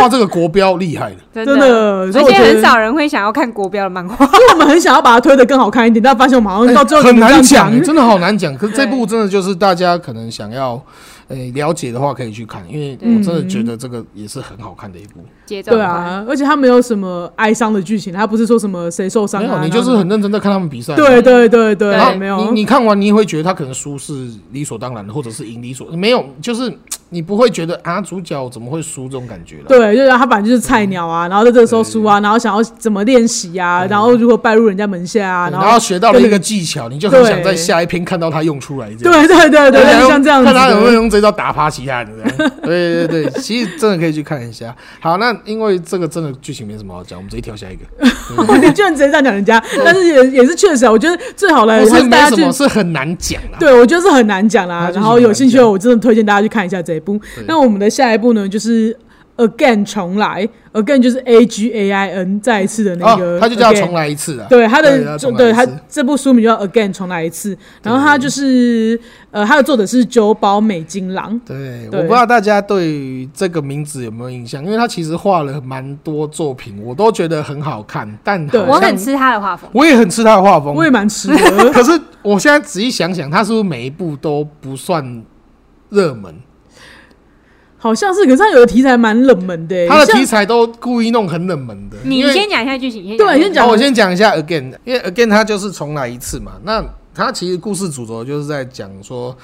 S3: 画这个国标厉害的，
S2: 真
S1: 真的，
S2: 而
S1: 所以我
S2: 且
S1: 觉
S2: 很
S1: 得，
S2: 少人会想要看国标的漫画。
S1: 因为我们很想要把它推得更好看一点，但发现我们好像 到最后
S3: 哎 很
S1: 只能
S3: 难
S1: 这样
S3: 讲、 哎真的好难讲。可是这
S2: 对
S3: 部真的就是大家可能想要诶、了解的话，可以去看，因为
S1: 嗯
S3: 我真的觉得这个也是很好看的一部。
S2: 节奏
S1: 对
S2: 很快，
S1: 啊，而且他没有什么哀伤的剧情，他不是说什么谁受伤
S3: 没有，
S1: 啊，
S3: 你就是
S1: 然后
S3: 很认真在看他们比赛。
S1: 对对对对，
S3: 然后
S2: 对
S1: 没有
S3: 你你看完，你也会觉得他可能输是理所当然的，或者是赢理所没有，就是嘖你不会觉得啊主角怎么会输这种感觉了。
S1: 对，就是他本来就是菜鸟啊，然后在这个时候输啊，然后想要怎么练习啊，然后如何拜入人家门下啊，
S3: 对，然
S1: 后
S3: 后学到了一个技巧，你就很想在下一篇看到他用出来。这
S1: 对
S3: 样。
S1: 对对对，
S3: 然
S1: 就
S3: 后
S1: 像这样子
S3: 看他有没有
S1: 的，
S3: 用这招打趴其他人这样。对对对，其实真的可以去看一下。好，那因为这个真的剧情没什么好讲，我们直接跳下一个。
S1: 你居然直接这样讲人家，但是也也是确实啊，我觉得最好的
S3: 不
S1: 还是
S3: 是没
S1: 大家
S3: 什
S1: 去
S3: 么，是很难讲啊啦。
S1: 对，我觉得是很难讲啦。
S3: 它就是
S1: 然后
S3: 很
S1: 有
S3: 难
S1: 兴趣的，
S3: 讲
S1: 我真的推荐大家去看一下这一部。那我们的下一部呢，就是。Again 重来，Again 就是 A G A I N 再一次的那个、
S3: 哦，他就叫重。来一次啊。
S1: 对他的
S3: 他
S1: 就
S3: 重
S1: 对
S3: 来
S1: 他
S3: 一次。
S1: 这部书名就叫 Again 重来一次，然后他就是呃，他的作者是久保美津郎，
S3: 对，
S1: 对
S3: 我不知道大家对于这个名字有没有印象，因为他其实画了蛮多作品，我都觉得很好看，但
S1: 对
S3: 好
S2: 我
S3: 像
S2: 很，吃他的画风，
S3: 我也很吃他的画风
S1: 我，也蛮吃 的。
S3: 可是我现在仔细想想，他是不是每一部都不算热门？
S1: 好像是，可是他有的题材蛮冷门的、欸，
S3: 他的
S1: 像
S3: 题材都故意弄很冷门的。
S2: 你
S3: 因为
S2: 先讲一下剧情，你
S1: 对
S2: 先
S1: 先讲
S3: 好我先讲一下 again，因为 again 它就是重来一次嘛。那它其实故事主轴就是在讲说，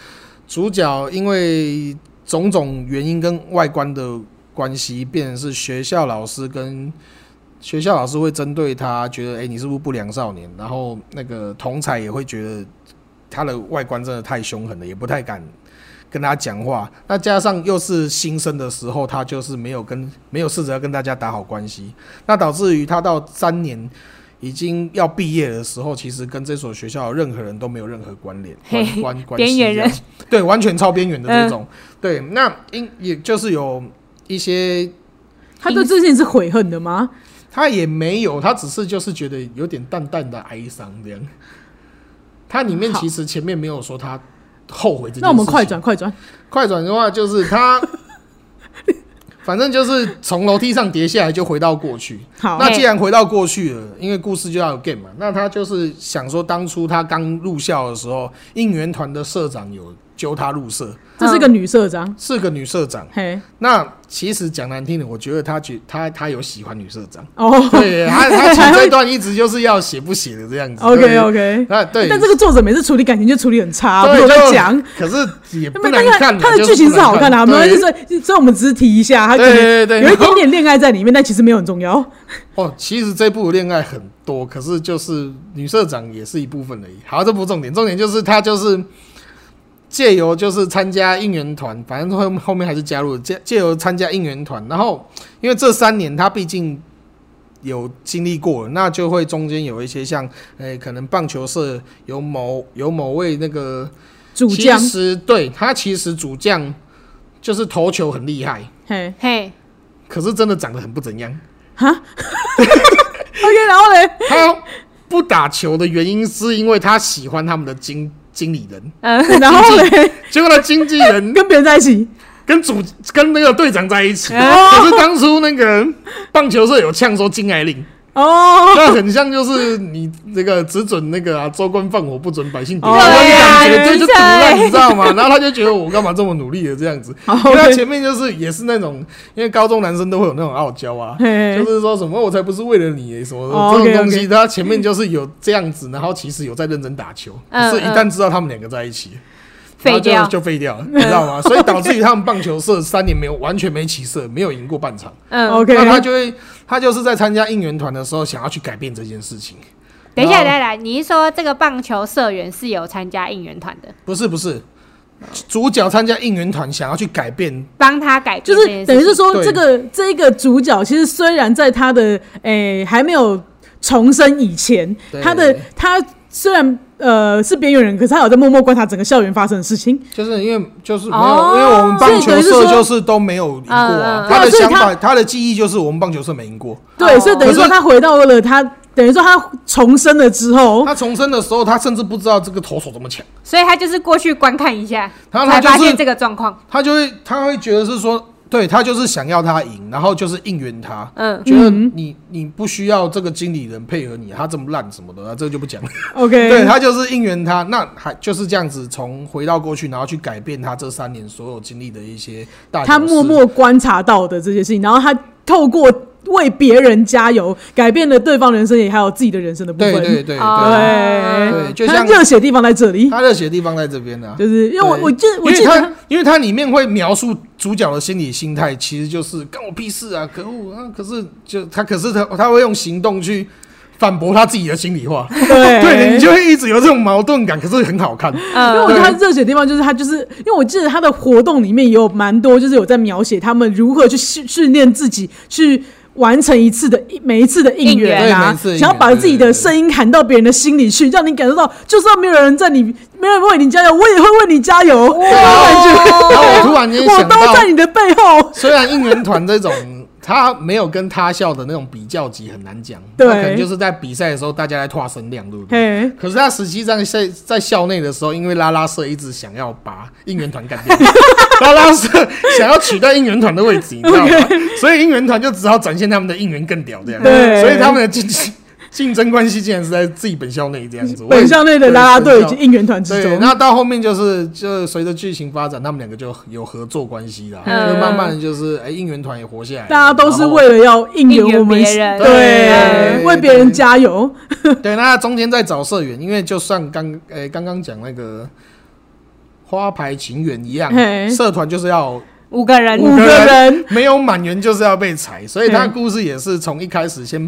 S3: 主角因为种种原因跟外观的。关系，变成是学校老师跟学校老师会针对他，觉得哎、诶你是不是不良少年？然后那个同才也会觉得他的外观真的太凶狠了，也不太敢跟他讲话。那加上又是新生的时候，他就是没有跟没有试着要跟大家打好关系，那导致于他到三年。已经要毕业的时候，其实跟这所学校的任何人都没有任何关联，
S2: 嘿
S3: 关关关
S2: 边
S3: 系
S2: 缘
S3: 这
S2: 人
S3: 样，对，完全超边缘的这种。对，那因也就是有一些
S1: 他对这件事情是悔恨的吗？
S3: 他也没有，他只是就是觉得有点淡淡的哀伤这样。他里面
S1: 好
S3: 其实前面没有说他后悔这件事情。
S1: 那我们快转快转，
S3: 快转的话，就 是他，反正就是从楼梯上跌下来就回到过去。
S1: 好，
S3: 那既然回到过去了，因为故事就要有 game 嘛，那他就是想说，当初他刚入校的时候，应援团的社长有揪他入社，
S1: 这是一个女社长，
S3: 是个女社长。
S1: 嘿，
S3: 那其实讲难听的，我觉得他觉他他有喜欢女社长。
S1: 哦
S3: 对他，他其实这段一直就是要写不写的这样子。
S1: ，OK
S3: 对
S1: OK，
S3: 那对，
S1: 但这个作者每次处理感情就处理很差，不
S3: 对
S1: 是我在
S3: 就
S1: 讲。
S3: 可是也不
S1: 那
S3: 难
S1: 那
S3: 看
S1: 个他
S3: 啊，
S1: 的
S3: 就
S1: 剧情
S3: 不
S1: 是
S3: 难
S1: 好看的、啊，
S3: 对
S1: 没关系，所以所以我们只是提一下，他可
S3: 对
S1: 能
S3: 对对，
S1: 有一
S3: 然后
S1: 点点恋爱在里面，但其实没有很重要。
S3: 哦，其实这部恋爱很多，可是就是女社长也是一部分而已。好，这不重点，重点就是她就是借由就是参加应援团，反正后后面还是加入了借借由参加应援团，然后因为这三年她毕竟有经历过，那就会中间有一些像诶、可能棒球社有某有某位那个
S1: 主将
S3: 其，实对他其实主将就是投球很厉害，
S1: 嘿
S2: 嘿，
S3: 可是真的长得很不怎样。
S1: ，OK，然后 嘞，
S3: 他不打球的原因是因为他喜欢他们的经经理人，
S2: 嗯，
S1: 然后嘞，
S3: 结果他经纪人
S1: 跟别人在一起，
S3: 跟主跟那个队长在一起。
S2: 哦
S3: 可是当初那个棒球社有呛说禁爱令，
S1: 哦，
S3: 那很像就是你那个只准那个啊州官放火不准百姓点
S1: 哦
S3: 火那种感
S2: 对啊
S3: 觉，
S2: 人
S3: 对，就堵
S2: 才
S3: 烂，你知道吗？然后他就觉得我干嘛这么努力的这样子，
S1: 好
S3: 因为他
S1: ，OK
S3: 前面就是也是那种，因为高中男生都会有那种傲娇啊，
S1: 嘿
S3: 就是说什么我才不是为了你欸什么的
S1: 哦
S3: 这种
S1: OK，OK
S3: 东西，他前面就是有这样子，然后其实有在认真打球，可
S2: 嗯
S3: 是一旦知道他们两个在一起，然
S2: 废
S1: 嗯
S3: 后就
S2: 掉，
S3: 就废掉了，你知道吗？所以导致于他们棒球社三年没有完全没起色，没有赢过半 场。
S2: 嗯，
S1: ，OK，
S3: 那他就会他就是在参加应援团的时候想要去改变这件事情。
S2: 等一
S3: 然
S2: 下，
S3: 后
S2: 来来，你一说这个棒球社员是有参加应援团的，
S3: 不是不是，主角参加应援团想要去改变，
S2: 帮他改变
S1: 就
S2: 这
S1: 是
S2: 件事情，
S1: 等于是说，
S3: 对
S1: 这个这一个主角其实虽然在他的诶、还没有重生以前，
S3: 对
S1: 他的他虽然呃是边缘人，可是他有在默默观察整个校园发生的事情。
S3: 就是因为就是没有，
S2: 哦
S3: 因为我们
S1: 所
S3: 棒
S1: 以等
S3: 球
S1: 于是
S3: 社
S1: 说
S3: 就是都没有赢过啊
S2: 嗯嗯。嗯
S3: 他
S1: 对啊
S3: 的
S1: 所以
S3: 想
S1: 他
S3: 法，他的记忆就是我们棒球社没赢过。
S1: 对，
S2: 哦
S1: 所以等于
S3: 可
S1: 说
S3: 是
S1: 他回到了他，等于说他重生了之后，
S3: 他重生的时候，他甚至不知道这个投手这么强，
S2: 所以他就是过去观看一下，
S3: 然后
S2: 才
S3: 他
S2: 发
S3: 就
S2: 现
S3: 是
S2: 这个状况。
S3: 他就会他会觉得是说，对他就是想要他赢，然后就是应援他。
S2: 嗯，
S3: 觉得你你不需要这个经理人配合你，他这么烂什么的，那这个就不讲了。
S1: OK，
S3: 对他就是应援他，那还就是这样子从回到过去，然后去改变他这三年所有经历的一些大。
S1: 他默，默观察到的这些事情，然后他透过为别人加油，改变了对方人生，也还有自己的人生的部
S3: 对
S1: 分。哦
S3: 对对对，
S1: 对
S3: 对就
S1: 他
S3: 像
S1: 热血地方在这里，
S3: 他热血的地方在这边呢、啊。
S1: 就是因为我我
S3: 对
S1: 记得
S3: 因
S1: 我
S3: 为
S1: 记得
S3: 他，因为他里面会描述主角的心理心态，其实就是干我屁事啊，可恶啊！可是就他，可是他他会用行动去反驳他自己的心里话，
S1: 对
S3: 对你就会一直有这种矛盾感，可是很好看。
S1: 因为我觉
S2: 嗯，
S1: 得他热血的地方就是他就是，因为我记得他的活动里面也有蛮多，就是有在描写他们如何去训训练自己去。完成一次的每一次的应援
S3: 对每
S1: 啊
S3: 一次的，应援
S1: 想要把自己的声音喊到别人的心里去，让你感受到，就算没有人在你，没有人为你加油，我也会为你加油。
S3: 然后我突然间
S1: 我
S3: 想
S1: 都
S3: 到，
S1: 在你的背后。
S3: 虽然应援团这种他没有跟他校的那种比较级很难讲，
S1: 对
S3: 那可能就是在比赛的时候大家在跨声量，对不对？
S1: 嘿，
S3: 可是他实际上在在校内的时候，因为拉拉社一直想要把应援团干 掉，拉拉社想要取代应援团的位置，你知道吗？所以应援团就只好展现他们的应援更屌这样，
S1: 对
S3: 所以他们的竞竞争关系竟然是在自己本校内这样子，
S1: 本校内的啦啦队
S3: 对
S1: 以及应援团之
S3: 对，
S1: 中，
S3: 那到后面就是，就随着剧情发展，他们两个就有合作关系啦，
S2: 嗯
S3: 就慢慢地就是，哎、应援团也活下来了，
S1: 大家都是
S3: 然后
S1: 为了要应
S2: 应援
S1: 援我们，
S2: 别人
S1: 对，
S3: 对
S1: 为别人加油。
S3: 对，那中间在找社员，因为就算刚，哎、刚刚讲那个花牌情缘一样
S1: 嘿，
S3: 社团就是要
S2: 五个人
S1: 五个人，
S3: 没有满员就是要被裁，所以他的
S1: 嗯
S3: 故事也是从一开始先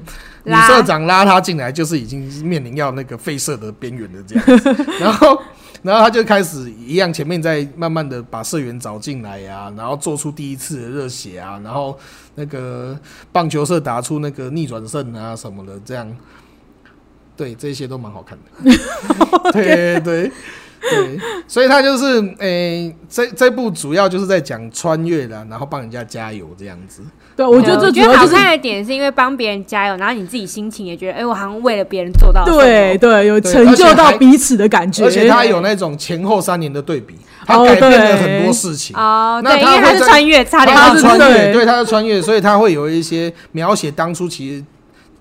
S3: 女
S2: 拉
S3: 社长拉他进来，就是已经面临要那个废社的边缘的这样子，然后。然后他就开始一样，前面在慢慢的把社员找进来呀、然后做出第一次的热血啊，然后那个棒球社打出那个逆转胜啊什么的，这样，对，这些都蛮好看的。对对对对，所以他就是诶、这这部主要就是在讲穿越啦，然后帮人家加油这样子。
S1: 对，我觉得
S2: 嗯我
S1: 最主
S2: 觉得
S1: 要
S2: 好
S1: 就是
S2: 看的点是因为帮别人加油，然后你自己心情也觉得，哎、我好像为了别人做到。
S1: 对，对，有
S3: 对
S1: 成
S3: 而
S1: 就
S3: 且
S1: 到
S3: 还
S1: 彼此的感觉。
S3: 而且他有那种前后三年的对比，他
S1: 哦
S3: 改变了
S1: 对啊
S3: 很多事情。
S2: 哦，
S3: 那
S2: 对，因
S3: 他
S2: 为他
S3: 会
S2: 是
S3: 在
S2: 穿越，差点
S1: 他
S3: 他
S2: 忘
S1: 是
S3: 是
S2: 记
S3: 穿
S1: 对
S3: 越，对，他是穿越，所以他会有一些描写当初其实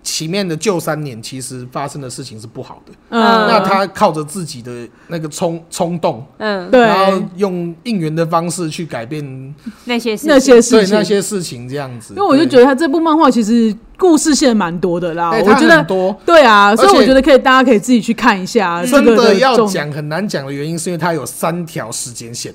S3: 前面的旧三年其实发生的事情是不好的。
S1: 嗯，
S2: 嗯
S3: 那他靠着自己的那个冲冲动，
S2: 嗯，
S1: 对
S3: 然后用应援的方式去改变
S2: 那些事
S1: 那
S2: 情
S1: 些
S3: 对
S1: 事情
S3: 那，些事情这样子。
S1: 因为我就
S3: 对
S1: 觉得他这部漫画其实故事线蛮多的啦，
S3: 对
S1: 我
S3: 它
S1: 觉得
S3: 很多。
S1: 对啊，所以
S3: 而且
S1: 我觉得可以，大家可以自己去看一下啊这
S3: 真
S1: 个
S3: 的要
S1: 重，
S3: 讲很难讲的原因，是因为它有三条时间线。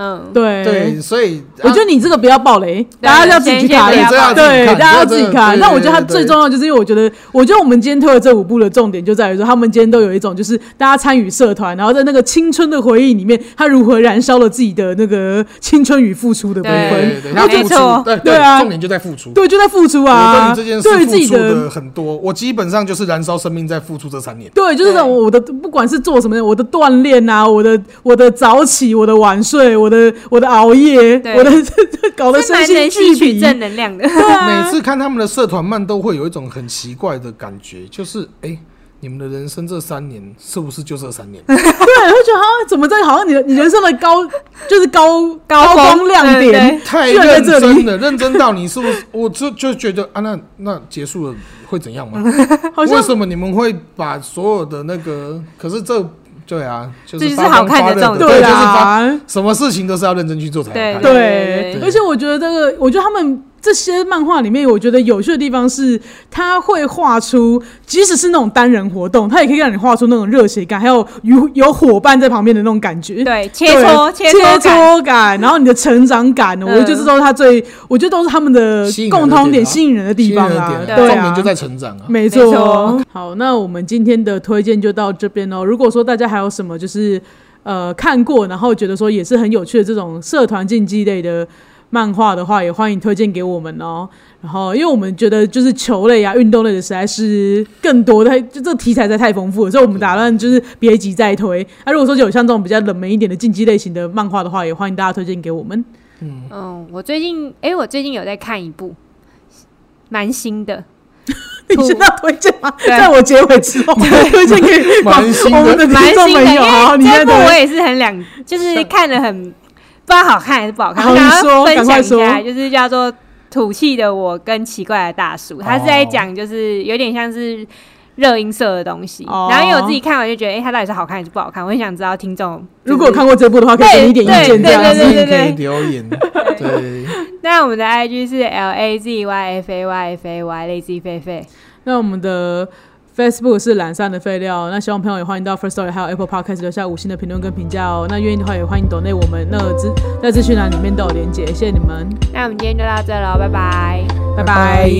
S2: 嗯，
S1: 对
S3: 对，所以啊
S1: 我觉得你这个不要暴雷，大家要自己去看
S2: 对，先不要暴
S1: 对，
S3: 雷
S1: 大家要自己看。
S3: 对
S1: 但我觉得它
S3: 对对
S1: 最重要，就是因为我觉得，我觉得我们今天推的这五部的重点就在于说，他们今天都有一种就是大家参与社团，然后在那个青春的回忆里面，他如何燃烧了自己的那个青春与付出的部
S3: 对
S1: 分。
S3: 对对，他
S2: 没
S3: 付
S2: 错
S3: 出，对
S1: 对啊
S3: 重点就在付出。
S1: 对，就在付出啊，
S3: 我对于这件
S1: 对于自
S3: 事付
S1: 己
S3: 出
S1: 的
S3: 的很多，我基本上就是燃烧生命在付出这三年。
S1: 对，就是这种
S2: 对
S1: 我的不管是做什么，我的锻炼啊，我的我的早起，我的晚睡，我的我的熬夜，
S2: 对
S1: 我的 搞得
S2: 是
S1: 身
S2: 蛮
S1: 心
S2: 能吸
S1: 俱
S2: 取
S1: 疲。
S2: 正能量的。
S1: 对啊
S3: 每次看他们的社团漫，都会有一种很奇怪的感觉，就是哎、你们的人生这三年是不是就这 三年？
S1: 对，会觉得好像怎么在好像你的你人生的高就是高高光亮
S2: 对
S1: 点，
S3: 太
S1: 居然在
S3: 认
S1: 这
S3: 真
S1: 里，
S3: 了，认真到你是不是？我就就觉得啊，那那结束了会怎样吗？
S1: 好像
S3: 为什么你们会把所有的那个？可是这对啊，就
S2: 这就是
S3: 发光
S2: 好看
S3: 发
S2: 的
S3: 热
S2: 重点
S3: 对，就是发
S1: 啊，
S3: 什么事情都是要认真去做才好
S2: 对
S3: 看。
S1: 对
S2: 对，
S1: 而且我觉得这个，我觉得他们这些漫画里面，我觉得有趣的地方是，他会画出，即使是那种单人活动，他也可以让你画出那种热血感，还有有有伙伴在旁边的那种感觉。
S2: 对，切
S1: 对，
S2: 磋切
S1: 切
S2: 磋感，嗯
S1: 磋感，然后你的成长感，我觉得这都是他最，我觉得都是他们的
S3: 吸引人
S1: 共
S3: 的
S1: 同点、
S3: 点啊
S1: 吸引人的地
S3: 吸引
S1: 方
S3: 人的
S1: 啦。
S3: 点
S1: 对
S3: 重
S1: 啊
S3: 点就，在成长啊。
S1: 没
S2: 没
S1: 错
S2: 错。
S1: 好，那我们今天的推荐就到这边喽。如果说大家还有什么就是呃看过，然后觉得说也是很有趣的这种社团竞技类的漫画的话，也欢迎推荐给我们哦。然后，因为我们觉得就是球类啊、运动类的实在是更多的，就这个题材实在太丰富了，所以我们打算就是别急再推。那、如果说有像这种比较冷门一点的竞技类型的漫画的话，也欢迎大家推荐给我们。
S2: 嗯，我最近哎、我最近有在看一部蛮 新的，
S1: 你现在推荐吗？
S2: 对
S1: 在我结尾 之后，推荐给
S3: 蛮新的
S1: 我们的听
S2: 蛮
S1: 众
S2: 新的，
S1: 朋
S2: 因
S1: 友啊！
S2: 为
S1: 你
S2: 这
S1: 现在
S2: 部
S1: 推
S2: 我也是很两，就是看了很不知道好看还是不好看。
S1: 好
S2: 我想
S1: 你说
S2: 要分享
S1: 赶快
S2: 一
S1: 说
S2: 下，就是叫做《土气的我跟奇怪的大
S1: 哦
S2: 叔》，他是在讲就是有点像是。热音社的东西，
S1: 哦
S2: 然后因为我自己看完就觉得，哎、它到底是好看还是不好看？我很想知道听众、就是
S1: 如果有看过这部的话，可以给你一点意见，这
S2: 对
S1: 样
S2: 对
S1: 子。
S2: 对对
S3: 可以留 言，对，
S2: 那我们的 IG 是 L A Z Y F A Y F A Y Lazy 菲菲，
S1: 那我们的 Facebook 是懒散的废料，那希望朋友也欢迎到 First Story 还有 Apple Podcast 留下五星的评论跟评价哦。那愿意的话也欢迎抖内我们，那资在资讯栏里面都有连结，谢谢你们，
S2: 那我们今天就到这喽，拜拜。
S1: 拜拜